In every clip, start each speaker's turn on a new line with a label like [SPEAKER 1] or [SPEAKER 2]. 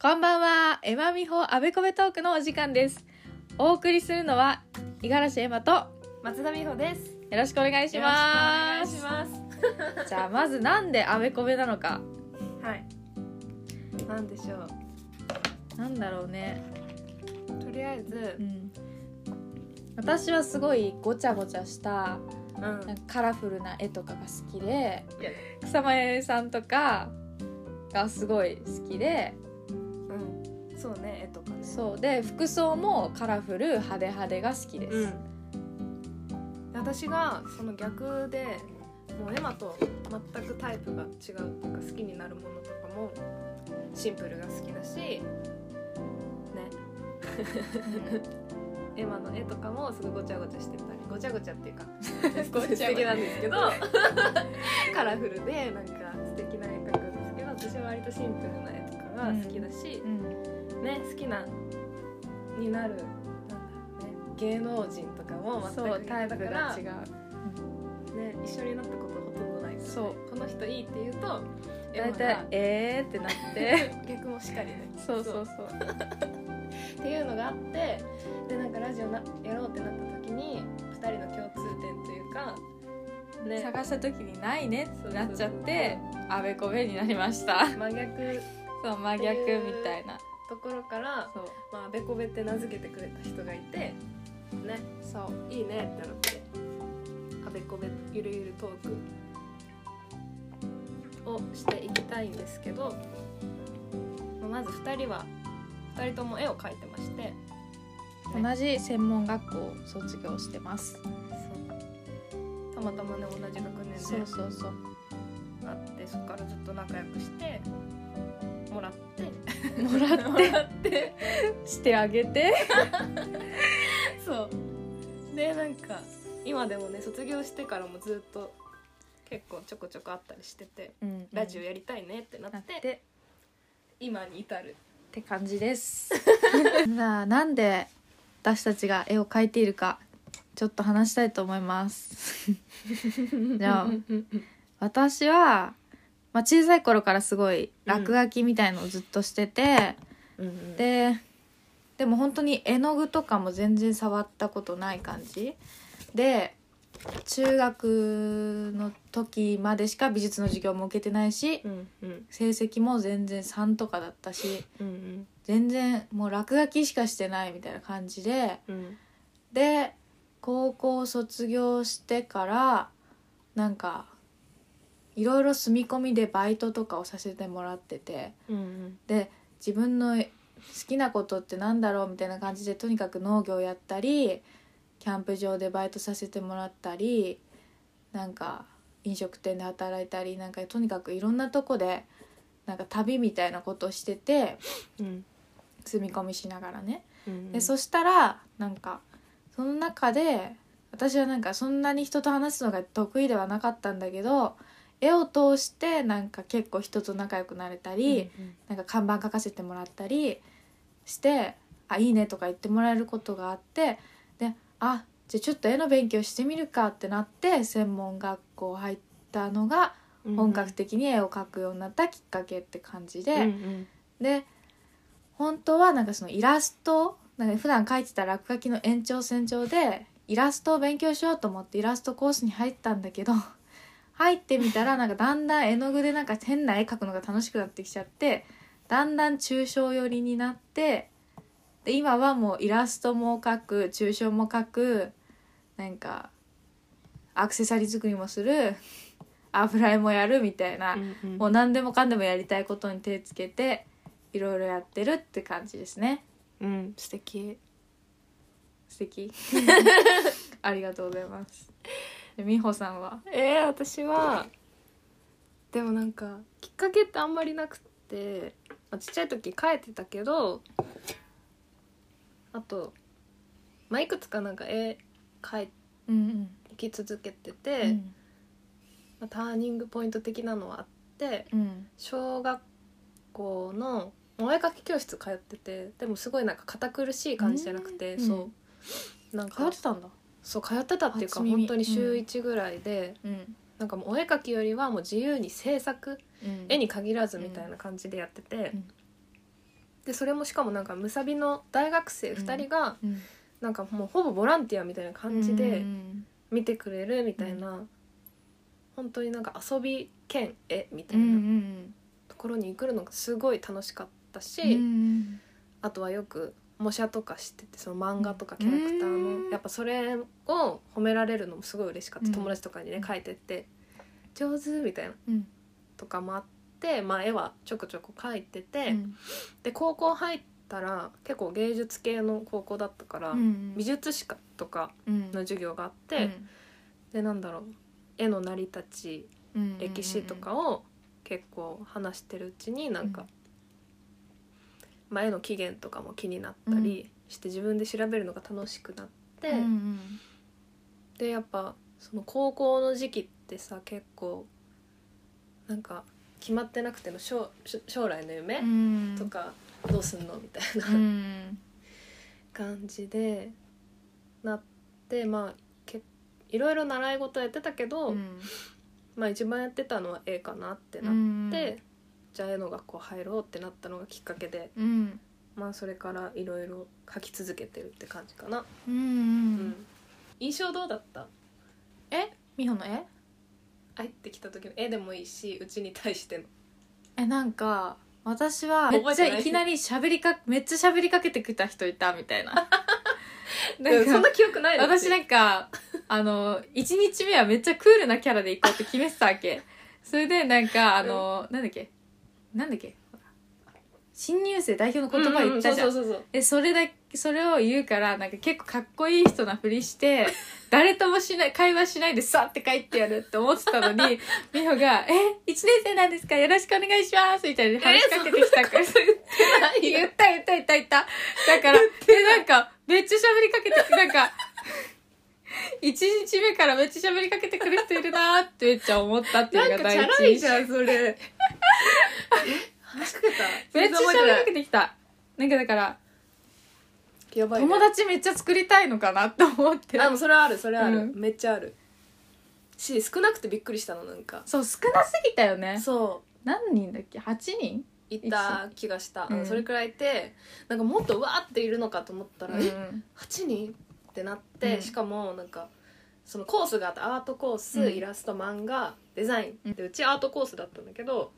[SPEAKER 1] こんばんは。エマミホあべこべトークのお時間です。お送りするのは五十嵐エマとよ
[SPEAKER 2] 松田美穂です。
[SPEAKER 1] ろしくお願いしま
[SPEAKER 2] よろし
[SPEAKER 1] す
[SPEAKER 2] くお。願いし
[SPEAKER 1] じゃあまずなんであべこべなのか。
[SPEAKER 2] ます。はい。なんでしょう。
[SPEAKER 1] なんだろうね。
[SPEAKER 2] とりあえず
[SPEAKER 1] う、ん。私はすごいごちゃごちゃした
[SPEAKER 2] うん、
[SPEAKER 1] なんかカラフルな絵とかが好きで
[SPEAKER 2] いや
[SPEAKER 1] 草間彌生さんとかがすごい好きで
[SPEAKER 2] うん、そうね、絵とかね。
[SPEAKER 1] そうで服装もカラフル派手派手が好きです、
[SPEAKER 2] ん。私がその逆で、もうエマと全くタイプが違うっていうか好きになるものとかもシンプルが好きだし、ね、エマの絵とかもすごいごちゃごちゃしてたり、ごちゃごちゃっていうか
[SPEAKER 1] ごちゃごちゃ
[SPEAKER 2] 素敵なんですけど、 カラフルでなんか素敵な絵描くんですけど、私は割とシンプルな絵とかが好きだし。
[SPEAKER 1] うん
[SPEAKER 2] ね好きなになるなんだろうね芸能人とかも全
[SPEAKER 1] そう
[SPEAKER 2] く
[SPEAKER 1] タイプが
[SPEAKER 2] だか
[SPEAKER 1] 違う
[SPEAKER 2] ら、ね、一緒になったことほとんどないから
[SPEAKER 1] そう
[SPEAKER 2] この人いいって言うと
[SPEAKER 1] 大体「えー」
[SPEAKER 2] エ
[SPEAKER 1] ってなって
[SPEAKER 2] マが逆もしかりね
[SPEAKER 1] そうそうそう
[SPEAKER 2] っていうのがあってでなんかラジオなやろうってなった時に2人の共通点というかね
[SPEAKER 1] 探した時に「ないね」ってなっちゃっ
[SPEAKER 2] そ
[SPEAKER 1] てあべこべになりました
[SPEAKER 2] 真逆
[SPEAKER 1] そう真逆みたいな
[SPEAKER 2] ところから
[SPEAKER 1] そう
[SPEAKER 2] まああべこべって名付けてくれた人がいてね
[SPEAKER 1] そう
[SPEAKER 2] いいねってなってあべこべゆるゆるトークをしていきたいんですけどまあまず2人は2人とも絵を描いてまして
[SPEAKER 1] 同じ専門学校を卒業してます
[SPEAKER 2] たまたまね同じ学年
[SPEAKER 1] そう
[SPEAKER 2] で
[SPEAKER 1] そうそう
[SPEAKER 2] あってそこからずっと仲良くしてもらって
[SPEAKER 1] もらっ
[SPEAKER 2] も
[SPEAKER 1] て
[SPEAKER 2] らって
[SPEAKER 1] してあげ て
[SPEAKER 2] そうでなんか今でもね卒業してからもずっと結構ちょこちょこあったりしててラジオ
[SPEAKER 1] や
[SPEAKER 2] やりたいねってなって
[SPEAKER 1] なっ、て
[SPEAKER 2] 今に至る
[SPEAKER 1] って感じです なあなんで私たちが絵を描いているかちょっと話したいと思いますじゃあ私は、まあ、小さい頃からすごい落書きみたいのをずっとしてて、
[SPEAKER 2] で、
[SPEAKER 1] ででも本当に絵の具とかも全然触ったことない感じで中学の時までしか美術の授業も受けてないし
[SPEAKER 2] うんうん
[SPEAKER 1] 成績も全然3とかだったし
[SPEAKER 2] うん
[SPEAKER 1] 全然もう落書きしかしてないみたいな感じで
[SPEAKER 2] うん
[SPEAKER 1] で高校卒業してからなんかいろいろ住み込みでバイトとかをさせてもらってて
[SPEAKER 2] うん
[SPEAKER 1] で自分の好きなことってなんだろうみたいな感じでとにかく農業やったりキャンプ場でバイトさせてもらったりなんか飲食店で働いたりなんかとにかくいろんなとこでなんか旅みたいなことをしてて
[SPEAKER 2] うん
[SPEAKER 1] 住み込みしながらね。
[SPEAKER 2] うん
[SPEAKER 1] でそしたらなんかその中で私はなんかそんなに人と話すのが得意ではなかったんだけど絵を通してなんか結構人と仲良くなれたり、なんか看板書かせてもらったりして「あいいね」とか言ってもらえることがあってで「あじゃあちょっと絵の勉強してみるか」ってなって専門学校入ったのが本格的に絵を描くようになったきっかけって感じで。
[SPEAKER 2] うん
[SPEAKER 1] で本当はなんかそのイラストなんか普段描いてた落書きの延長線上でイラストを勉強しようと思ってイラストコースに入ったんだけど入ってみたらなんかだんだん絵の具でなんか変な絵描くのが楽しくなってきちゃってだんだん抽象寄りになってで今はもうイラストも描く抽象も描くなんかアクセサリー作りもする油絵もやるみたいな。
[SPEAKER 2] うん
[SPEAKER 1] もう何でもかんでもやりたいことに手つけていろいろやってるって感じですね
[SPEAKER 2] うん素敵
[SPEAKER 1] 素 敵ありがとうございますで美穂さんは
[SPEAKER 2] えー、私はでもなんかきっかけってあんまりなくって、まあ、ちっちゃい時描いてたけどあとまあいくつかなんか絵描
[SPEAKER 1] うん
[SPEAKER 2] き続けて
[SPEAKER 1] う
[SPEAKER 2] て、
[SPEAKER 1] ん
[SPEAKER 2] まあ、ターニングポイント的なのはあって
[SPEAKER 1] うん
[SPEAKER 2] 小学校のお絵描き教室通っててでもすごいなんか堅苦しい感じじゃなくて、
[SPEAKER 1] うん
[SPEAKER 2] そうなん
[SPEAKER 1] 変わ
[SPEAKER 2] か
[SPEAKER 1] ってたんだ
[SPEAKER 2] そう通ってたっていうか
[SPEAKER 1] 初耳
[SPEAKER 2] 本当に週
[SPEAKER 1] うん
[SPEAKER 2] 1ぐらいで、
[SPEAKER 1] うん
[SPEAKER 2] なんかもうお絵描きよりはもう自由に制作、
[SPEAKER 1] うん
[SPEAKER 2] 絵に限らずみたいな感じでやってて、
[SPEAKER 1] うん
[SPEAKER 2] でそれもしかもなんかむさびの大学生2人が
[SPEAKER 1] うん
[SPEAKER 2] なんかもうほぼボランティアみたいな感じ
[SPEAKER 1] う
[SPEAKER 2] で
[SPEAKER 1] ん
[SPEAKER 2] 見てくれるみたいな、本当になんか遊び兼絵みた
[SPEAKER 1] う
[SPEAKER 2] い
[SPEAKER 1] んう
[SPEAKER 2] なんところに来るのがすごい楽しかったし、
[SPEAKER 1] うん
[SPEAKER 2] あとはよく模写とかしててその漫画とかキャラクター
[SPEAKER 1] うん
[SPEAKER 2] のやっぱそれを褒められるのもすごい嬉しかった、
[SPEAKER 1] うん
[SPEAKER 2] 友達とかにね書いてって「上手」みたいな
[SPEAKER 1] うん
[SPEAKER 2] とかもあって、まあ、絵はちょこちょこ描いてて、
[SPEAKER 1] うん
[SPEAKER 2] で高校入ったら結構芸術系の高校だったから、
[SPEAKER 1] うん
[SPEAKER 2] 美術史とかの授業があって、でなんだろう絵の成り立ち
[SPEAKER 1] うん
[SPEAKER 2] 歴史とかを結構話してるうちになんか、まあ、絵の起源とかも気になったりして自分で調べるのが楽しくなって、
[SPEAKER 1] うんうん
[SPEAKER 2] でやっぱその高校の時期ってさ結構なんか決まってなくても将将来の夢
[SPEAKER 1] うん
[SPEAKER 2] とかどうすんのみたいな
[SPEAKER 1] うん
[SPEAKER 2] 感じでなってまあけいろいろ習い事やってたけど、
[SPEAKER 1] うん
[SPEAKER 2] まあ一番やってたのは絵かなってな
[SPEAKER 1] う
[SPEAKER 2] っ
[SPEAKER 1] ん
[SPEAKER 2] て、じゃあ絵の学校入ろうってなったのがきっかけで
[SPEAKER 1] うん
[SPEAKER 2] まあそれからいろいろ描き続けてるって感じかな、
[SPEAKER 1] うんう
[SPEAKER 2] うん
[SPEAKER 1] ん
[SPEAKER 2] 印象どうだった
[SPEAKER 1] え美穂の絵
[SPEAKER 2] 入ってきた時の絵でもいいしうちに対しての
[SPEAKER 1] えなんか私はめっ
[SPEAKER 2] 覚え
[SPEAKER 1] ち
[SPEAKER 2] てない
[SPEAKER 1] ゃいきなり喋りかめっちゃ喋りかけてきた人いたみたい な
[SPEAKER 2] なんかそんな記憶ないの
[SPEAKER 1] 私なんかあの1日目はめっちゃクールなキャラで行こうって決めてたわけそれでなんかあの、なんだっけなんだっけ新入生代表の言葉言ったじゃん,、
[SPEAKER 2] ううそうそう
[SPEAKER 1] えそれだそれを言うからなんか結構かっこいい人なふりして 誰ともしない会話しないでさって帰ってやるって思ってたのに美穂が「え一1年生なんですかよろしくお願いします」みたいに話しかけてきたから、
[SPEAKER 2] い
[SPEAKER 1] 言った言った言った言っただからえなんかめっちゃ喋りかけてなんか1日目からめっちゃ喋りかけてくる人いるなーってめっちゃ思ったっていう
[SPEAKER 2] な
[SPEAKER 1] のが
[SPEAKER 2] んかチ
[SPEAKER 1] 第
[SPEAKER 2] ャラ
[SPEAKER 1] 一
[SPEAKER 2] い
[SPEAKER 1] 印
[SPEAKER 2] じ
[SPEAKER 1] 象
[SPEAKER 2] ゃんそれ話しかけた
[SPEAKER 1] めっちゃ喋りかけてきたなんかだから
[SPEAKER 2] やばいね
[SPEAKER 1] 友達めっちゃ作りたいのかなって思って
[SPEAKER 2] あでもそれはあるそれはある、
[SPEAKER 1] うん
[SPEAKER 2] めっちゃあるし少なくてびっくりしたのなんか
[SPEAKER 1] そう少なすぎたよね
[SPEAKER 2] そ
[SPEAKER 1] 何人だっけ8人
[SPEAKER 2] ういた気がした、
[SPEAKER 1] うん
[SPEAKER 2] それくらいいてなんかもっとわーっているのかと思ったら、え
[SPEAKER 1] ん
[SPEAKER 2] 8人ってなって、
[SPEAKER 1] うん
[SPEAKER 2] しかもなんかそのコースがあってアートコース、
[SPEAKER 1] うん
[SPEAKER 2] イラスト漫画デザインでうちアートコースだったんだけど、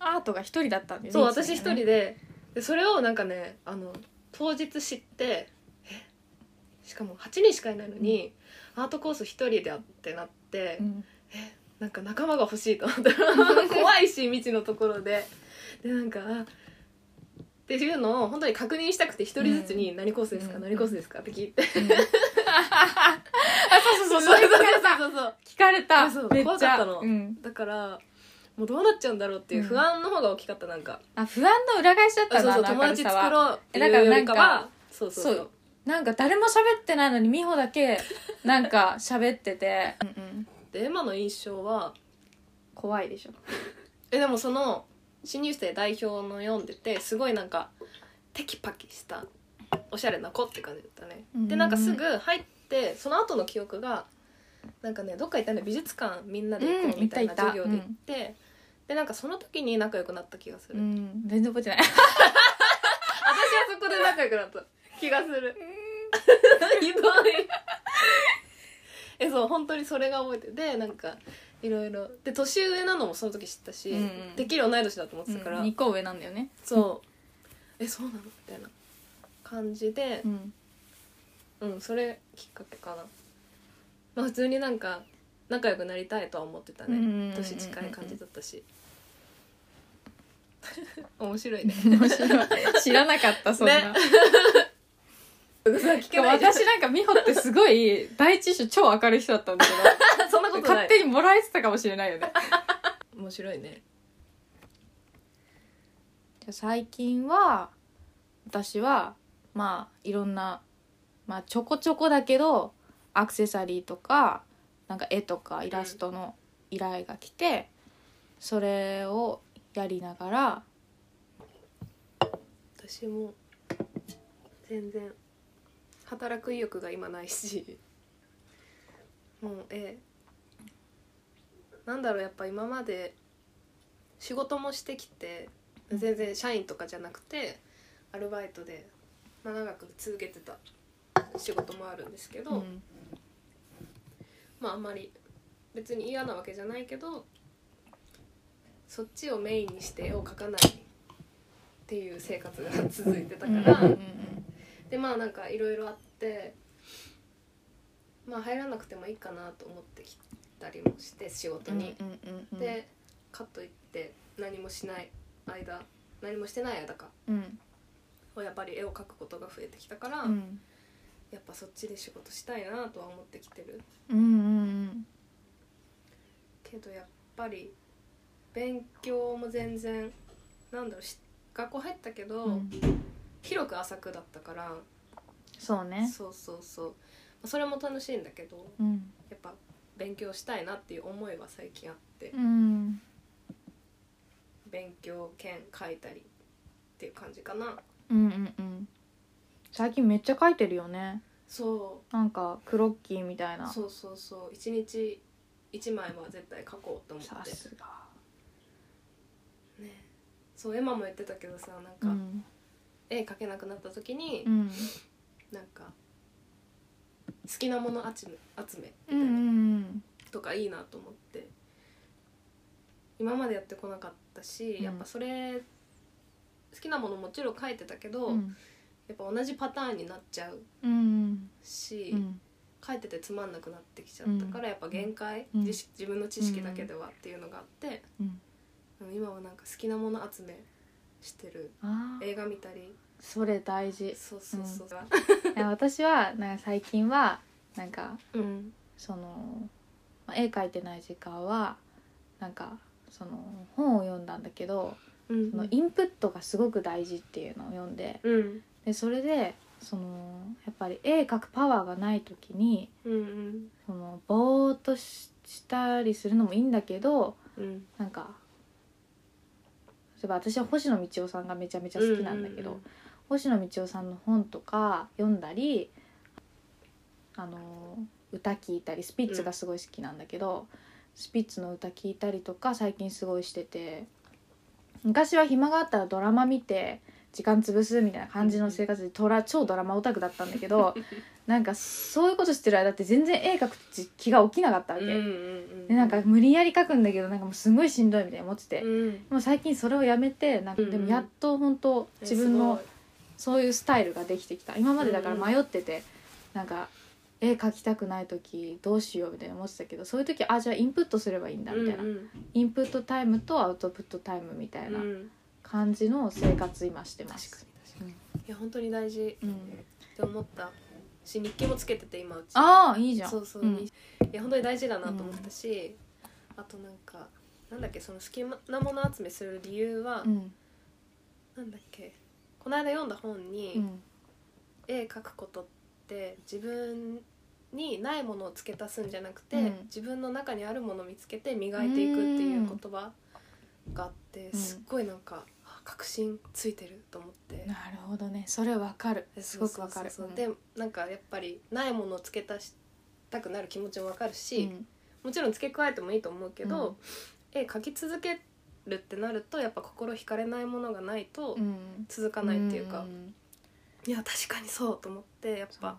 [SPEAKER 1] アートが一人だったんだよね
[SPEAKER 2] そう
[SPEAKER 1] いつもね
[SPEAKER 2] 私一人ででそれをなんかねあの当日知ってえしかも8人しかいないのに、アートコース一人であってなって、
[SPEAKER 1] うん
[SPEAKER 2] なんか仲間が欲しいと思 ったら怖いし未知のところででなんかあっていうのを本当に確認したくて一人ずつに「何コースですか、
[SPEAKER 1] うん
[SPEAKER 2] 何コースですか?」って聞いて
[SPEAKER 1] あそうそうそうそういうことがさ
[SPEAKER 2] そうそう
[SPEAKER 1] 聞かれた
[SPEAKER 2] あそう
[SPEAKER 1] めっ
[SPEAKER 2] 怖
[SPEAKER 1] ち
[SPEAKER 2] かった
[SPEAKER 1] ゃ
[SPEAKER 2] の
[SPEAKER 1] うん
[SPEAKER 2] だからもうどうなっちゃうんだろうっていう不安の方が大きかったなんか、
[SPEAKER 1] あ不安の裏返しだっ
[SPEAKER 2] あ
[SPEAKER 1] た
[SPEAKER 2] そう
[SPEAKER 1] な
[SPEAKER 2] そう
[SPEAKER 1] あの
[SPEAKER 2] 友達
[SPEAKER 1] 明るさは
[SPEAKER 2] 作ろうっていうよりか
[SPEAKER 1] えだからなん
[SPEAKER 2] はそうそうそう
[SPEAKER 1] そうなんか誰も喋ってないのに美穂だけなんか喋っててうんうん
[SPEAKER 2] でエマの印象は
[SPEAKER 1] 怖いでしょ
[SPEAKER 2] えでもその新入生代表の読んでてすごいなんかテキパキしたおしゃれな子って感じだったね、
[SPEAKER 1] うん
[SPEAKER 2] でなんかすぐ入ってその後の記憶がなんかねどっか行ったんで美術館みんなで行こ
[SPEAKER 1] う
[SPEAKER 2] うんみたいな
[SPEAKER 1] 行った行った
[SPEAKER 2] 授業で行って、でなんかその時に仲良くなった気がす
[SPEAKER 1] う
[SPEAKER 2] る、
[SPEAKER 1] ん全然覚えてない
[SPEAKER 2] 私はそこで仲良くなった気がする ひどいえそう本当にそれが覚えててなんかいろいろで年上なのもその時知ったし、
[SPEAKER 1] うんうん
[SPEAKER 2] できる同い年だと思ってたから、
[SPEAKER 1] 2個上なんだよね
[SPEAKER 2] そうえそうなのみたいな感じで
[SPEAKER 1] うん
[SPEAKER 2] うん、それきっかけかなまあ普通になんか仲良くなりたいとは思ってた
[SPEAKER 1] うんうんうんうん
[SPEAKER 2] ね
[SPEAKER 1] うん
[SPEAKER 2] 年近い感じだっ たし面白 いね
[SPEAKER 1] 面白い知らなかったそんな
[SPEAKER 2] ね聞けないじゃん
[SPEAKER 1] 私なんか美穂ってすごい第一印象超明るい人だったんだけど
[SPEAKER 2] そんなことな
[SPEAKER 1] 勝
[SPEAKER 2] い
[SPEAKER 1] 手にもらえてたかもしれないよね
[SPEAKER 2] 面白いね
[SPEAKER 1] 最近は私はまあいろんな、まあ、ちょこちょこだけどアクセサリーとかなんか絵とかイラストの依頼が来て、それをやりながら
[SPEAKER 2] 私も全然働く意欲が今ないしもうえなんだろうやっぱ今まで仕事もしてきて全然社員とかじゃなくてアルバイトで、まあ、長く続けてた仕事もあるんですけど、
[SPEAKER 1] うん
[SPEAKER 2] まああんまり別に嫌なわけじゃないけどそっちをメインにして絵を描かないっていう生活が続いてたから、
[SPEAKER 1] うんうん
[SPEAKER 2] でまあなんかいろいろあってまあ入らなくてもいいかなと思ってきたりもして仕事に。
[SPEAKER 1] うんうんうんうん、
[SPEAKER 2] でカット行って何もしない間何もしてない間か
[SPEAKER 1] うん
[SPEAKER 2] はやっぱり絵を描くことが増えてきたから、
[SPEAKER 1] うん
[SPEAKER 2] やっぱそっちで仕事したいなとは思ってきてる
[SPEAKER 1] うんうん
[SPEAKER 2] けどやっぱり勉強も全然なんだろうし学校入ったけど、
[SPEAKER 1] うんうん
[SPEAKER 2] 広く浅くだったから
[SPEAKER 1] そうね
[SPEAKER 2] そうそうそうまあそれも楽しいんだけど
[SPEAKER 1] うん
[SPEAKER 2] やっぱ勉強したいなっていう思いは最近あって、
[SPEAKER 1] うん
[SPEAKER 2] 勉強兼書いたりっていう感じかな
[SPEAKER 1] うんうんうん最近めっちゃ書いてるよね
[SPEAKER 2] そう
[SPEAKER 1] なんかクロッキーみたいな
[SPEAKER 2] そうそうそう一日一枚は絶対書こうと思
[SPEAKER 1] さ
[SPEAKER 2] って
[SPEAKER 1] すが
[SPEAKER 2] ねそうエマも言ってたけどさなんか、
[SPEAKER 1] うん
[SPEAKER 2] 絵描けなくなった時に、
[SPEAKER 1] うん
[SPEAKER 2] なんか好きなもの集め集め
[SPEAKER 1] うんうん
[SPEAKER 2] とかいいなと思って今までやってこなかったし、
[SPEAKER 1] うん
[SPEAKER 2] やっぱそれ好きなものもちろん書いてたけど、
[SPEAKER 1] うん
[SPEAKER 2] やっぱ同じパターンになっちゃう
[SPEAKER 1] うん
[SPEAKER 2] し、
[SPEAKER 1] うん
[SPEAKER 2] 書いててつまんなくなってきちゃったから、やっぱ限界、
[SPEAKER 1] うん
[SPEAKER 2] 自自分の知識だけではっていうのがあって。
[SPEAKER 1] うん
[SPEAKER 2] うん今はなんか好きなもの集めしてる
[SPEAKER 1] あー
[SPEAKER 2] 映画見たり
[SPEAKER 1] それ大事
[SPEAKER 2] そうそうそう
[SPEAKER 1] いや私はなんか最近はなんか
[SPEAKER 2] うん
[SPEAKER 1] その、まあ絵描いてない時間はなんかその本を読んだんだけど、
[SPEAKER 2] うん
[SPEAKER 1] そのインプットがすごく大事っていうのを読んで
[SPEAKER 2] うん
[SPEAKER 1] でそれでそのやっぱり絵描くパワーがない時に
[SPEAKER 2] うんうん
[SPEAKER 1] そのぼーっとししたりするのもいいんだけど
[SPEAKER 2] うん
[SPEAKER 1] なんか例えば私は星野道夫さんがめちゃめちゃ好きなんだけど、星野道夫さんの本とか読んだりあの歌聞いたりスピッツがすごい好きなんだけど、スピッツの歌聞いたりとか最近すごいしてて昔は暇があったらドラマ見て時間潰すみたいな感じの生活でトラ超ドラマオタクだったんだけ どなんかそういうことしてる間って全然絵描く気が起きなかったわ
[SPEAKER 2] う
[SPEAKER 1] け、
[SPEAKER 2] んうん
[SPEAKER 1] でなんか無理やり描くんだけどなんかもうすごいしんどいみたいに思ってて、
[SPEAKER 2] うん
[SPEAKER 1] もう最近それをやめてなんかで
[SPEAKER 2] うんう
[SPEAKER 1] も
[SPEAKER 2] ん
[SPEAKER 1] やっと本当自分の、
[SPEAKER 2] え
[SPEAKER 1] そういうスタイルができてきた今までだから迷ってて、なんか絵描きたくない時どうしようみたいな思ってたけどそういう時あじゃあインプットすればいいんだ
[SPEAKER 2] すごい
[SPEAKER 1] みたいな、
[SPEAKER 2] うん
[SPEAKER 1] インプットタイムとアウトプットタイムみた
[SPEAKER 2] う
[SPEAKER 1] い
[SPEAKER 2] ん
[SPEAKER 1] な
[SPEAKER 2] うん
[SPEAKER 1] 感じの生活今してま
[SPEAKER 2] 確か
[SPEAKER 1] す、
[SPEAKER 2] に確かにいや本当に大事
[SPEAKER 1] うん
[SPEAKER 2] って思ったし日記もつけてて今うち
[SPEAKER 1] ああいいじゃん
[SPEAKER 2] そうそう、
[SPEAKER 1] ん
[SPEAKER 2] いや本当に大事だなと思ったし、あとなんかなんだっけその好きなもの集めする理由は、
[SPEAKER 1] うん
[SPEAKER 2] なんだっけこの間読んだ本に、
[SPEAKER 1] うん
[SPEAKER 2] 絵描くことって自分にないものを付け足すんじゃなくて、
[SPEAKER 1] うん
[SPEAKER 2] 自分の中にあるものを見つけて磨いていくっていう言葉があって
[SPEAKER 1] うん
[SPEAKER 2] すっごいなんか、あ確信ついてると思って
[SPEAKER 1] なるほどねそれわかるすごくわかる
[SPEAKER 2] そうそう
[SPEAKER 1] うん
[SPEAKER 2] そうでなんかやっぱりないものを付け足したくなる気持ちもわかる
[SPEAKER 1] う
[SPEAKER 2] し、
[SPEAKER 1] ん
[SPEAKER 2] もちろん付け加えてもいいと思うけど、絵描き続けるってなるとやっぱ心惹かれないものがないと
[SPEAKER 1] うん
[SPEAKER 2] 続かないっていうか、
[SPEAKER 1] ん
[SPEAKER 2] いや確かにそうと思ってやっ
[SPEAKER 1] そう
[SPEAKER 2] ぱ。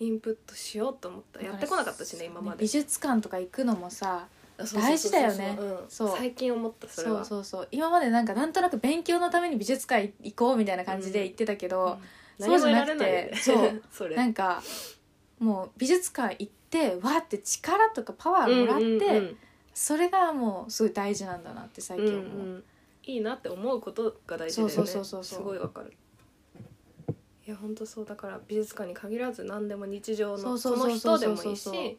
[SPEAKER 2] インプットしようと思ったやってこなかったしね今まで
[SPEAKER 1] 美術館とか行くのもさ
[SPEAKER 2] そうそうそう
[SPEAKER 1] 大事だよね
[SPEAKER 2] うん
[SPEAKER 1] そう
[SPEAKER 2] 最近思ったそれ
[SPEAKER 1] そう
[SPEAKER 2] はう
[SPEAKER 1] そうそう今までなんかなんとなく勉強のために美術館行こうみたいな感じで行ってたけど、
[SPEAKER 2] ん
[SPEAKER 1] そうじゃなくて
[SPEAKER 2] 何も得られないよね
[SPEAKER 1] そう
[SPEAKER 2] それ
[SPEAKER 1] なんかもう美術館行ってわーって力とかパワーもらって、
[SPEAKER 2] うんうん
[SPEAKER 1] それがもうすごい大事なんだなって最
[SPEAKER 2] うんう
[SPEAKER 1] 近思う、
[SPEAKER 2] んうんいいなって思うことが大事だよね
[SPEAKER 1] そうそうそうそう
[SPEAKER 2] すごいわかるいや本当そうだから美術館に限らず何でも日常
[SPEAKER 1] そ
[SPEAKER 2] の
[SPEAKER 1] うそ
[SPEAKER 2] そう
[SPEAKER 1] そ
[SPEAKER 2] の
[SPEAKER 1] うそ
[SPEAKER 2] 人
[SPEAKER 1] う
[SPEAKER 2] で
[SPEAKER 1] そう
[SPEAKER 2] もいいし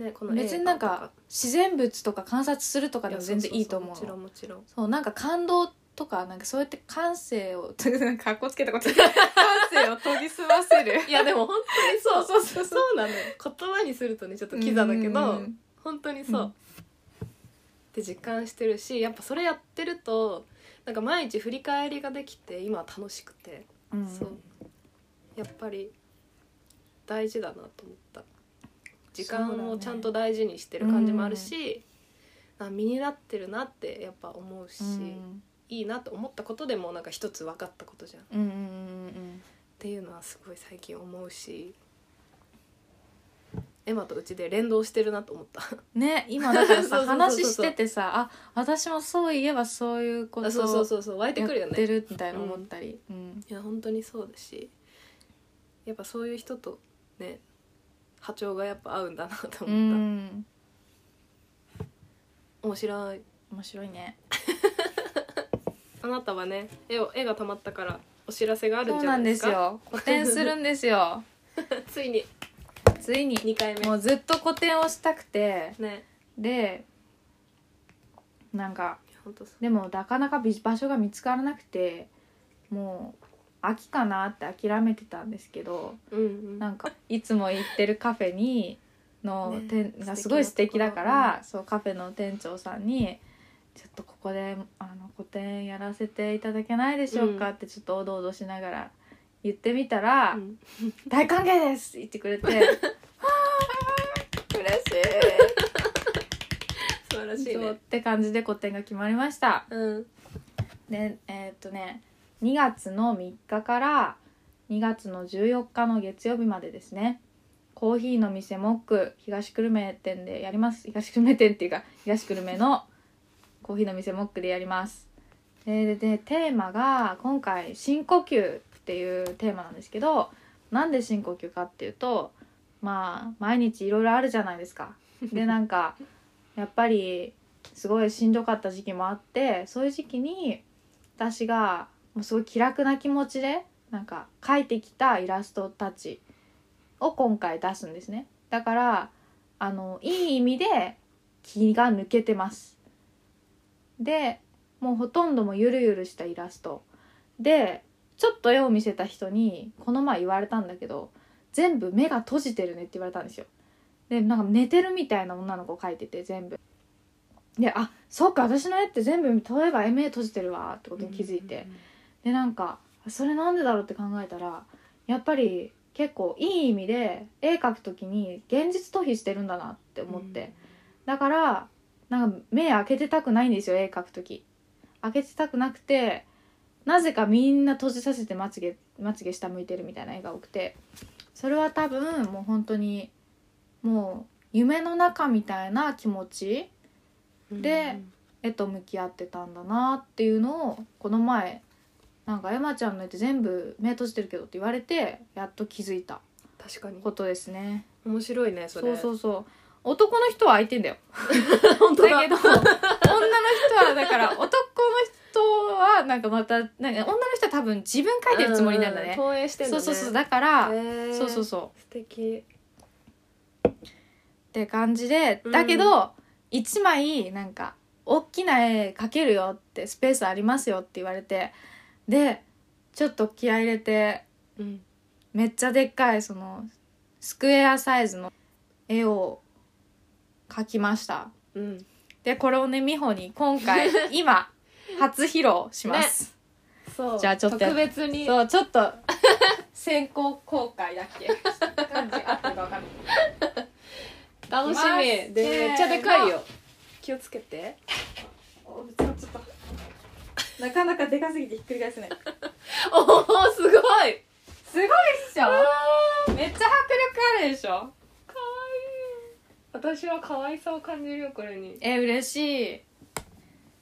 [SPEAKER 2] ねこの映画
[SPEAKER 1] 別になんか自然物とか観察するとか
[SPEAKER 2] い
[SPEAKER 1] で
[SPEAKER 2] や
[SPEAKER 1] も全然いいと思うの
[SPEAKER 2] そそそもちろんもち
[SPEAKER 1] そうなんか感動とかなんかそうやって感性をなんかかっこつけた こと感性を研ぎ澄ませる
[SPEAKER 2] ろんいやでも本当にそう
[SPEAKER 1] そうそう
[SPEAKER 2] そうなのよ言葉にするとねちょっとキザだけど、
[SPEAKER 1] うんうん
[SPEAKER 2] 本当にそう、
[SPEAKER 1] うん
[SPEAKER 2] って実感してるしやっぱそれやってるとなんか毎日振り返りができて今は楽しくて、
[SPEAKER 1] うん
[SPEAKER 2] そうやっぱり大事だなと思った時
[SPEAKER 1] そうだ
[SPEAKER 2] 間
[SPEAKER 1] ね
[SPEAKER 2] をちゃんと大事にしてる感じもあるし、あ身になってるなってやっぱ思うし、
[SPEAKER 1] うん
[SPEAKER 2] いいなと思ったことでもなんか一つ分かったことじゃんっ
[SPEAKER 1] うんうんうん
[SPEAKER 2] ていうのはすごい最近思うしエマとうちで連動してるなと 思った
[SPEAKER 1] うんね今だから
[SPEAKER 2] そうそうそう
[SPEAKER 1] さ
[SPEAKER 2] そう
[SPEAKER 1] 話しててさあ私もそういえばそういうこ
[SPEAKER 2] あそうそ
[SPEAKER 1] と
[SPEAKER 2] う
[SPEAKER 1] を
[SPEAKER 2] そうそう湧いて
[SPEAKER 1] や
[SPEAKER 2] くるよ
[SPEAKER 1] っ
[SPEAKER 2] ね
[SPEAKER 1] てるみたいな思ったり、うん
[SPEAKER 2] いや本当にそうだしやっぱそういう人とね波長がやっぱ合うんだなと思った、
[SPEAKER 1] うん、
[SPEAKER 2] 面白い
[SPEAKER 1] 面白いね
[SPEAKER 2] あなたはね絵を絵がたまったからお知らせがある
[SPEAKER 1] そ
[SPEAKER 2] ん
[SPEAKER 1] う
[SPEAKER 2] じゃ
[SPEAKER 1] な
[SPEAKER 2] なんい
[SPEAKER 1] で
[SPEAKER 2] です
[SPEAKER 1] す
[SPEAKER 2] か
[SPEAKER 1] よ個展するんです よ
[SPEAKER 2] ついに
[SPEAKER 1] ついに
[SPEAKER 2] 2回目
[SPEAKER 1] もうずっと個展をしたくて
[SPEAKER 2] ね
[SPEAKER 1] でなんか
[SPEAKER 2] 本当そう
[SPEAKER 1] でもなかなかび場所が見つからなくてもう秋かなって諦めてたんですけど
[SPEAKER 2] うんうん
[SPEAKER 1] なんかいつも行ってるカフェにの
[SPEAKER 2] ね
[SPEAKER 1] 店
[SPEAKER 2] 素敵な
[SPEAKER 1] がすごい素敵だから、そうカフェの店長さんに「ちょっとここであの個展やらせていただけないでしょうか」ってちょっとおどおどしながら言ってみたら「
[SPEAKER 2] うん
[SPEAKER 1] 大歓迎です!」って言ってく れてはあ嬉し
[SPEAKER 2] 素晴らし
[SPEAKER 1] い
[SPEAKER 2] い
[SPEAKER 1] そうっ
[SPEAKER 2] ね
[SPEAKER 1] て感じで個展が決まりました。
[SPEAKER 2] うん
[SPEAKER 1] でえーっとね2月の3日から2月の14日の月曜日までですねコーヒーの店モック東久留米店でやります東久留米店っていうか東久留米のコーヒーの店モックでやりますでででテーマが今回「深呼吸」っていうテーマなんですけどなんで深呼吸かっていうとまあ毎日いろいろあるじゃないですか。でなんかやっぱりすごいしんどかった時期もあってそういう時期に私がもうすごい気楽な気持ちでなんか描いてきたイラストたちを今回出すんですねだからあのいい意味で気が抜けてますでもうほとんどもゆるゆるしたイラストでちょっと絵を見せた人にこの前言われたんだけど全部目が閉じてるねって言われたんですよでなんか寝てるみたいな女の子を描いてて全部であそうか私の絵って全部例えば目閉じてるわってことに気づいて、でなんかそれなんでだろうって考えたらやっぱり結構いい意味で絵描くときに現実逃避してるんだなって思って、だからなんか目開けてたくないんですよ絵描くとき開けてたくなくてなぜかみんな閉じさせてまつげまつげ下向いてるみたいな絵が多くてそれは多分もう本当にもう夢の中みたいな気持ち
[SPEAKER 2] うん
[SPEAKER 1] で絵と向き合ってたんだなっていうのをこの前なんか「エマちゃんの絵って全部目閉じてるけど」って言われてやっと気づいた
[SPEAKER 2] 確かに
[SPEAKER 1] ことですね
[SPEAKER 2] 面白いねそ
[SPEAKER 1] そう
[SPEAKER 2] れ
[SPEAKER 1] そううそう男の人は開いてんだよ
[SPEAKER 2] 本当
[SPEAKER 1] だ
[SPEAKER 2] だ
[SPEAKER 1] けど女の人はだから男の人はなんかまたなんか女の人は多分自分描いてるつもりなんだ
[SPEAKER 2] うう
[SPEAKER 1] ね
[SPEAKER 2] 投影してんだ
[SPEAKER 1] そう
[SPEAKER 2] ね
[SPEAKER 1] そうそうだから、
[SPEAKER 2] へー
[SPEAKER 1] そうそうそう
[SPEAKER 2] 素敵
[SPEAKER 1] って感じで
[SPEAKER 2] うん
[SPEAKER 1] だけど、一枚なんか大きな絵描けるよってスペースありますよって言われてでちょっと気合い入れて
[SPEAKER 2] うん
[SPEAKER 1] めっちゃでっかいそのスクエアサイズの絵を描きました
[SPEAKER 2] うん
[SPEAKER 1] でこれをね美穂に今回今初披露します、
[SPEAKER 2] そう
[SPEAKER 1] じゃあちょっと
[SPEAKER 2] 特別に
[SPEAKER 1] そうちょっと先行公開だっけ感じあったかわかんない
[SPEAKER 2] 楽しみ
[SPEAKER 1] せーの
[SPEAKER 2] でめっちゃでかいよ気をつけて
[SPEAKER 1] おちょっとなかなかでかすぎてひっくり返せない
[SPEAKER 2] おおすごい
[SPEAKER 1] すごいっしょめっちゃ迫力あるでしょ
[SPEAKER 2] かわいい私は可愛さを感じるよこれに
[SPEAKER 1] え嬉しい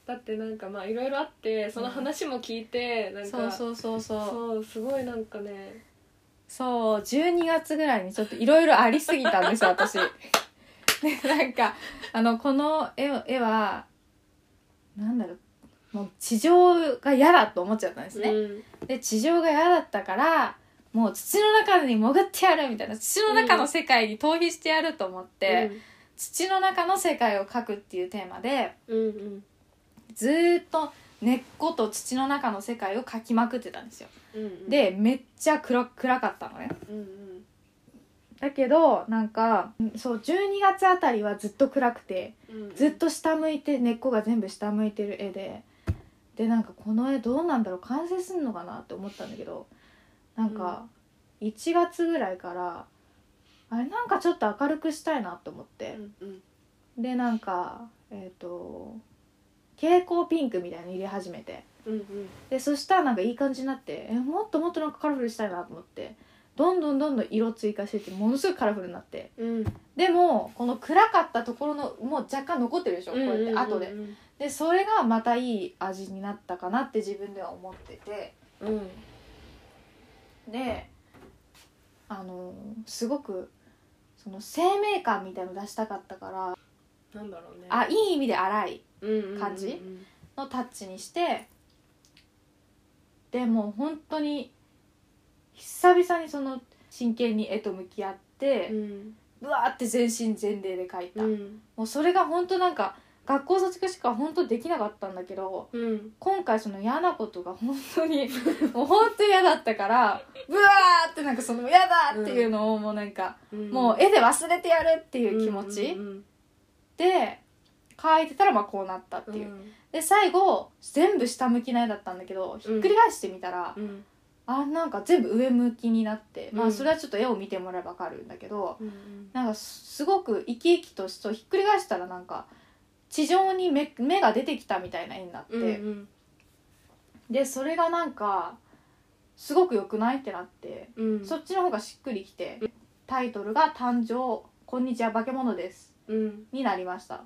[SPEAKER 2] だってなんかまあいろいろあってその話も聞いて、なんか
[SPEAKER 1] そうそうそうそう
[SPEAKER 2] そうすごいなんかね
[SPEAKER 1] そう12月ぐらいにちょっといろいろありすぎたんですよ私 でなんかあのこの絵を絵はなんだろうもう地上が嫌だと思っちゃったんですね、
[SPEAKER 2] うん
[SPEAKER 1] で地上が嫌だったからもう土の中に潜ってやるみたいな土の中の世界に逃避してやると思って、土の中の世界を描くっていうテーマで
[SPEAKER 2] うんうんうん
[SPEAKER 1] ずーっと根っこと土の中の世界を描きまくってたんですよ、
[SPEAKER 2] うんうん、
[SPEAKER 1] でめっちゃ暗暗かったのね
[SPEAKER 2] うんうん、
[SPEAKER 1] だけどなんかうんそう12月あたりはずっと暗くて
[SPEAKER 2] うん
[SPEAKER 1] ずっと下向いて根っこが全部下向いてる絵ででなんかこの絵どうなんだろう完成すんのかなって思ったんだけどなんか1月ぐらいからあれなんかちょっと明るくしたいなと思って、
[SPEAKER 2] うんうん
[SPEAKER 1] でなんかえっ、と蛍光ピンクみたいなの入れ始めて
[SPEAKER 2] うんうん
[SPEAKER 1] でそしたらなんかいい感じになってえもっともっとなんかカラフルしたいなと思ってどんどんどんどん色追加してってものすごいカラフルになって
[SPEAKER 2] うん
[SPEAKER 1] でもこの暗かったところのもう若干残ってるでしょこうやって後ででそれがまたいい味になったかなって自分では思ってて
[SPEAKER 2] うん
[SPEAKER 1] であのすごくその生命感みたいの出したかったから
[SPEAKER 2] なんだろうね
[SPEAKER 1] あいい意味で荒い
[SPEAKER 2] 感
[SPEAKER 1] 感じのタッチにしてでもう本当に久々にその真剣に絵と向き合って、
[SPEAKER 2] うん
[SPEAKER 1] うわーって全身全霊で描いた、
[SPEAKER 2] うん
[SPEAKER 1] もうそれが本当なんか学校卒業しか本当できなかったんだけど
[SPEAKER 2] うん
[SPEAKER 1] 今回その嫌なことが本当 にもう本当嫌だったからうわーってなんかその嫌だっていうのをもうなんか、
[SPEAKER 2] うん
[SPEAKER 1] もう絵で忘れてやるっていう気持ち、
[SPEAKER 2] うん
[SPEAKER 1] で描いてたらまあこうなったって
[SPEAKER 2] う
[SPEAKER 1] いう。
[SPEAKER 2] ん
[SPEAKER 1] で最後全部下向きな絵だったんだけどひっくり返してみたら、
[SPEAKER 2] うん
[SPEAKER 1] あなんか全部上向きになって、ま
[SPEAKER 2] う
[SPEAKER 1] あ
[SPEAKER 2] ん
[SPEAKER 1] それはちょっと絵を見てもらえば分かるんだけど
[SPEAKER 2] うん
[SPEAKER 1] なんかすごく生き生きとしそうひっくり返したらなんか地上に目目が出てきたみたいな絵になって、
[SPEAKER 2] うんうん
[SPEAKER 1] でそれがなんかすごく良くないってなって、
[SPEAKER 2] うん
[SPEAKER 1] そっちの方がしっくりきてタイトルが「誕生こんにちは化け物です
[SPEAKER 2] うん」
[SPEAKER 1] になりました。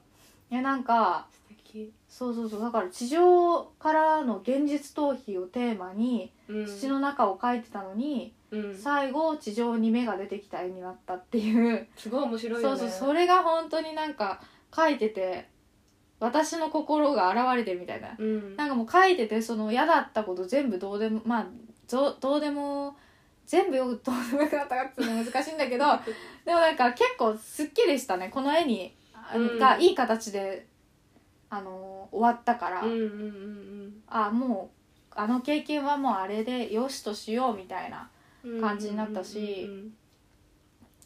[SPEAKER 1] いやなんか
[SPEAKER 2] 素敵
[SPEAKER 1] そうそうそうだから地上からの現実逃避をテーマに
[SPEAKER 2] うん
[SPEAKER 1] 土の中を描いてたのに、
[SPEAKER 2] うん
[SPEAKER 1] 最後地上に目が出てきた絵になったっていう、
[SPEAKER 2] すごい面白い
[SPEAKER 1] そ
[SPEAKER 2] よ
[SPEAKER 1] う
[SPEAKER 2] ね
[SPEAKER 1] そうそれが本当になんか描いてて私の心が現れてるみたいな、
[SPEAKER 2] うん
[SPEAKER 1] なんかもう描いててその嫌だったこと全部どうでもまあぞどうでも全部よくどう でもよくなったかっていうの難しいんだけ どでもなんか結構すっきりしたねこの絵に、あ
[SPEAKER 2] うん
[SPEAKER 1] がいい形であの終わったから。
[SPEAKER 2] うんうんうん
[SPEAKER 1] あもうあの経験はもうあれでよしとしようみたいな
[SPEAKER 2] うん
[SPEAKER 1] 感じになったし
[SPEAKER 2] うん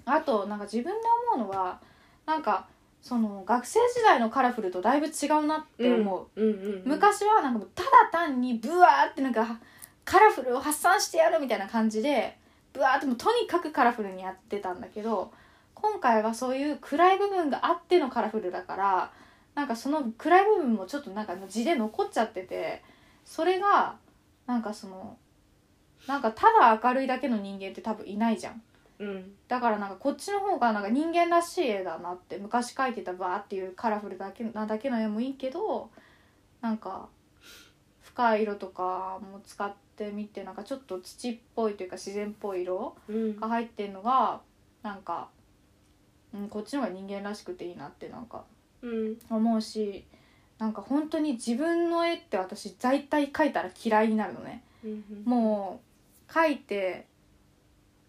[SPEAKER 1] あとなんか自分で思うのはなんかその学生時代のカラフルとだいぶ違うなって思う、
[SPEAKER 2] うんうんうん
[SPEAKER 1] 昔はなんかもうただ単にブワーってなんかカラフルを発散してやるみたいな感じでブワーってもうとにかくカラフルにやってたんだけど今回はそういう暗い部分があってのカラフルだからなんかその暗い部分もちょっとなんかもう地で残っちゃっててそれがなんかそのなんかただ明るいだけの人間って多分いないじゃん。
[SPEAKER 2] うん
[SPEAKER 1] だからなんかこっちの方がなんか人間らしい絵だなって昔描いてたバーっていうカラフルだけなだけの絵もいいけどなんか深い色とかも使ってみてなんかちょっと土っぽいというか自然っぽい色
[SPEAKER 2] うん
[SPEAKER 1] が入ってるのがなんか、うん、こっちの方が人間らしくていいなってなんか
[SPEAKER 2] うん
[SPEAKER 1] 思うしなんか本当に自分の絵って私大体描いたら嫌いになるのね。
[SPEAKER 2] うん
[SPEAKER 1] もう書いて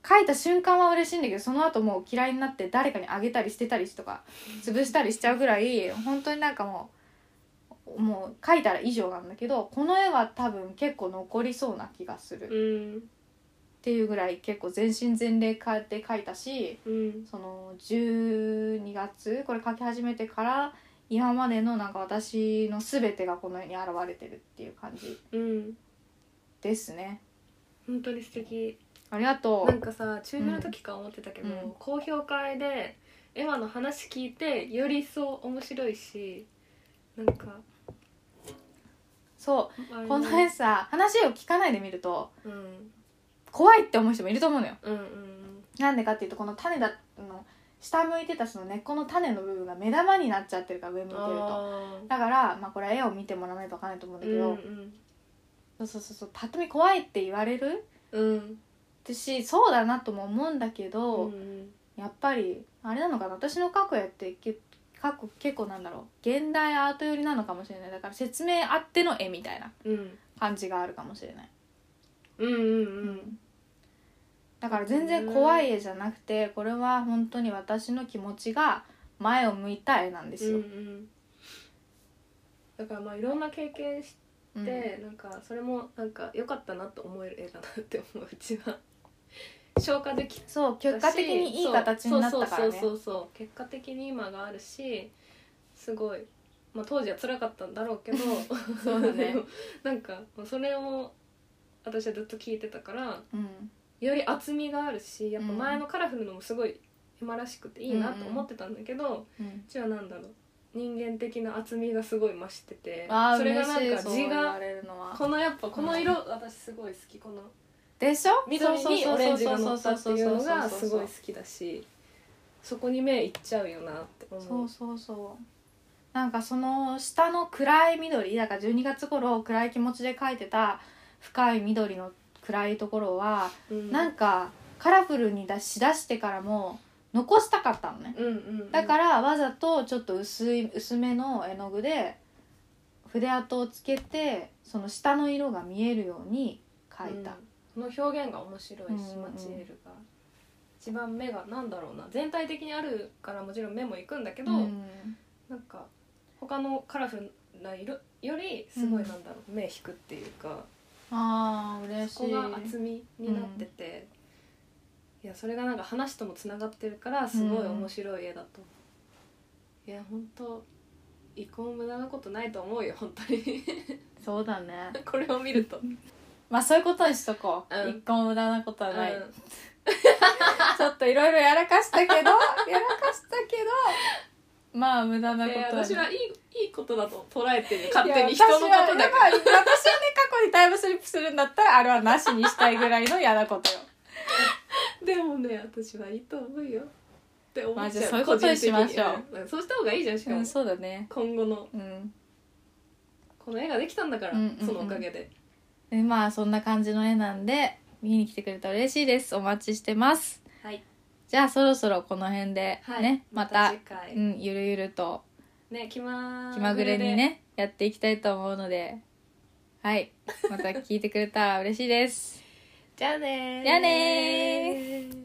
[SPEAKER 1] 書いた瞬間は嬉しいんだけどその後もう嫌いになって誰かにあげたり捨てたりとか潰したりしちゃうぐらい本当になんかもうもう書いたら以上なんだけどこの絵は多分結構残りそうな気がするっ
[SPEAKER 2] うん
[SPEAKER 1] ていうぐらい結構全身全霊変えて書いたし
[SPEAKER 2] うん
[SPEAKER 1] その12月これ書き始めてから今までのなんか私の全てがこの絵に現れてるっていう感じ
[SPEAKER 2] うん
[SPEAKER 1] ですね。
[SPEAKER 2] 本当に素敵
[SPEAKER 1] ありがと
[SPEAKER 2] なんかさ中二の時から思ってたけど、
[SPEAKER 1] うん
[SPEAKER 2] 高評価でエマの話聞いてより一層面白いしなんか
[SPEAKER 1] うそうこの絵さ話を聞かないで見ると
[SPEAKER 2] うん
[SPEAKER 1] 怖いって思う人もいると思うのよ
[SPEAKER 2] うんうん
[SPEAKER 1] なんでかっていうとこの種だの下向いてたその根っこの種の部分が目玉になっちゃってるから上向いてると
[SPEAKER 2] あ
[SPEAKER 1] だからまあこれは絵を見てもらわないとわかんないと思うんだ
[SPEAKER 2] ー
[SPEAKER 1] けど、
[SPEAKER 2] うん
[SPEAKER 1] そうそうそうそうパッと見怖いって言われる
[SPEAKER 2] うん
[SPEAKER 1] しそうだなとも思うんだけ
[SPEAKER 2] う
[SPEAKER 1] ど、
[SPEAKER 2] ん
[SPEAKER 1] やっぱりあれなのかな私の過去やってけ過去結構なんだろう現代アート寄りなのかもしれないだから説明あっての絵みたいな
[SPEAKER 2] うん
[SPEAKER 1] 感じがあるかもしれない
[SPEAKER 2] うんうん
[SPEAKER 1] だから全然怖い絵じゃなくてこれは本当に私の気持ちが前を向いた絵なんです
[SPEAKER 2] うんう
[SPEAKER 1] よ。
[SPEAKER 2] んだからまあいろんな経験し
[SPEAKER 1] うん
[SPEAKER 2] て、なんかそれもなんか良かったなと思える絵だなって思ううちは消化でき
[SPEAKER 1] そう結果的にいい形になったからね
[SPEAKER 2] そうそうそうそうそう結果的に今があるしすごい、まあ、当時は辛かったんだろうけど
[SPEAKER 1] そう だね
[SPEAKER 2] なんかもうそれを私はずっと聞いてたから
[SPEAKER 1] うん
[SPEAKER 2] より厚みがあるしやっぱ
[SPEAKER 1] うん
[SPEAKER 2] 前のカラフルのもすごい今らしくていいなと思ってたんだけど、
[SPEAKER 1] う
[SPEAKER 2] う
[SPEAKER 1] ん
[SPEAKER 2] ちはなんだろう人間的な厚みがすごい増してて
[SPEAKER 1] あー
[SPEAKER 2] それがなん
[SPEAKER 1] 嬉
[SPEAKER 2] か
[SPEAKER 1] しいそう
[SPEAKER 2] 字
[SPEAKER 1] 言
[SPEAKER 2] が
[SPEAKER 1] われるのは
[SPEAKER 2] このやっぱこの色、私すごい好きこの
[SPEAKER 1] でしょ
[SPEAKER 2] 緑にオレンジが乗
[SPEAKER 1] そう
[SPEAKER 2] ったって
[SPEAKER 1] そう
[SPEAKER 2] い
[SPEAKER 1] そうう
[SPEAKER 2] の
[SPEAKER 1] そう
[SPEAKER 2] がすごい好きだしそこに目いっちゃうよなって思う
[SPEAKER 1] そうそうそうなんかその下の暗い緑だから12月頃暗い気持ちで描いてた深い緑の暗いところは、
[SPEAKER 2] うん、
[SPEAKER 1] なんかカラフルに出し出してからも残したかったのね、
[SPEAKER 2] うんうんうん、
[SPEAKER 1] だかららわざとちょっと薄い薄めの絵の具で筆跡をつけてその下の色が見えるように描いた、
[SPEAKER 2] うん、この表現が面白いし、
[SPEAKER 1] うんうん
[SPEAKER 2] マチエルが一番目がなんだろうな全体的にあるからもちろん目もいくんだけど、
[SPEAKER 1] うん
[SPEAKER 2] なんか他のカラフルな色よりすごいなんだろう、目引くっていうか
[SPEAKER 1] ああ嬉しい
[SPEAKER 2] そこが厚みになってて、いやそれがなんか話ともつながってるからすごい面白い絵だと、いや本当一個も無駄なことないと思うよ本当に
[SPEAKER 1] そうだね
[SPEAKER 2] これを見ると、
[SPEAKER 1] まあそういうことにしとこう、
[SPEAKER 2] うん
[SPEAKER 1] 一個も無駄なことはない、
[SPEAKER 2] うん
[SPEAKER 1] ちょっといろいろやらかしたけどやらかしたけどまあ無駄なこ
[SPEAKER 2] い
[SPEAKER 1] と
[SPEAKER 2] や
[SPEAKER 1] はない
[SPEAKER 2] 私はいいいいことだと捉えてる
[SPEAKER 1] い
[SPEAKER 2] 勝
[SPEAKER 1] や
[SPEAKER 2] 手に人のこと
[SPEAKER 1] 私
[SPEAKER 2] だ
[SPEAKER 1] はや
[SPEAKER 2] か
[SPEAKER 1] っぱり私はね過去にタイムスリップするんだったらあれはなしにしたいぐらいの嫌なことよ
[SPEAKER 2] らでもね私はいいと思うよって思っちゃう、
[SPEAKER 1] まあじゃあそういうことにしましょう
[SPEAKER 2] 個人的に、んそうした方がいいじゃんしかも、
[SPEAKER 1] うんそうだね
[SPEAKER 2] 今後の
[SPEAKER 1] うん
[SPEAKER 2] この絵ができたんだから、
[SPEAKER 1] うんうんうん
[SPEAKER 2] そのおかげで
[SPEAKER 1] でまあそんな感じの絵なんで見に来てくれたら嬉しいですお待ちしてます
[SPEAKER 2] はい、
[SPEAKER 1] じゃあそろそろこの辺で、
[SPEAKER 2] はい、
[SPEAKER 1] ねまた
[SPEAKER 2] 次回、
[SPEAKER 1] うん、ゆるゆると
[SPEAKER 2] ね気ま
[SPEAKER 1] 気まぐれにねやっていきたいと思うのではいまた聞いてくれたら嬉しいです
[SPEAKER 2] じゃあねー
[SPEAKER 1] じゃあねー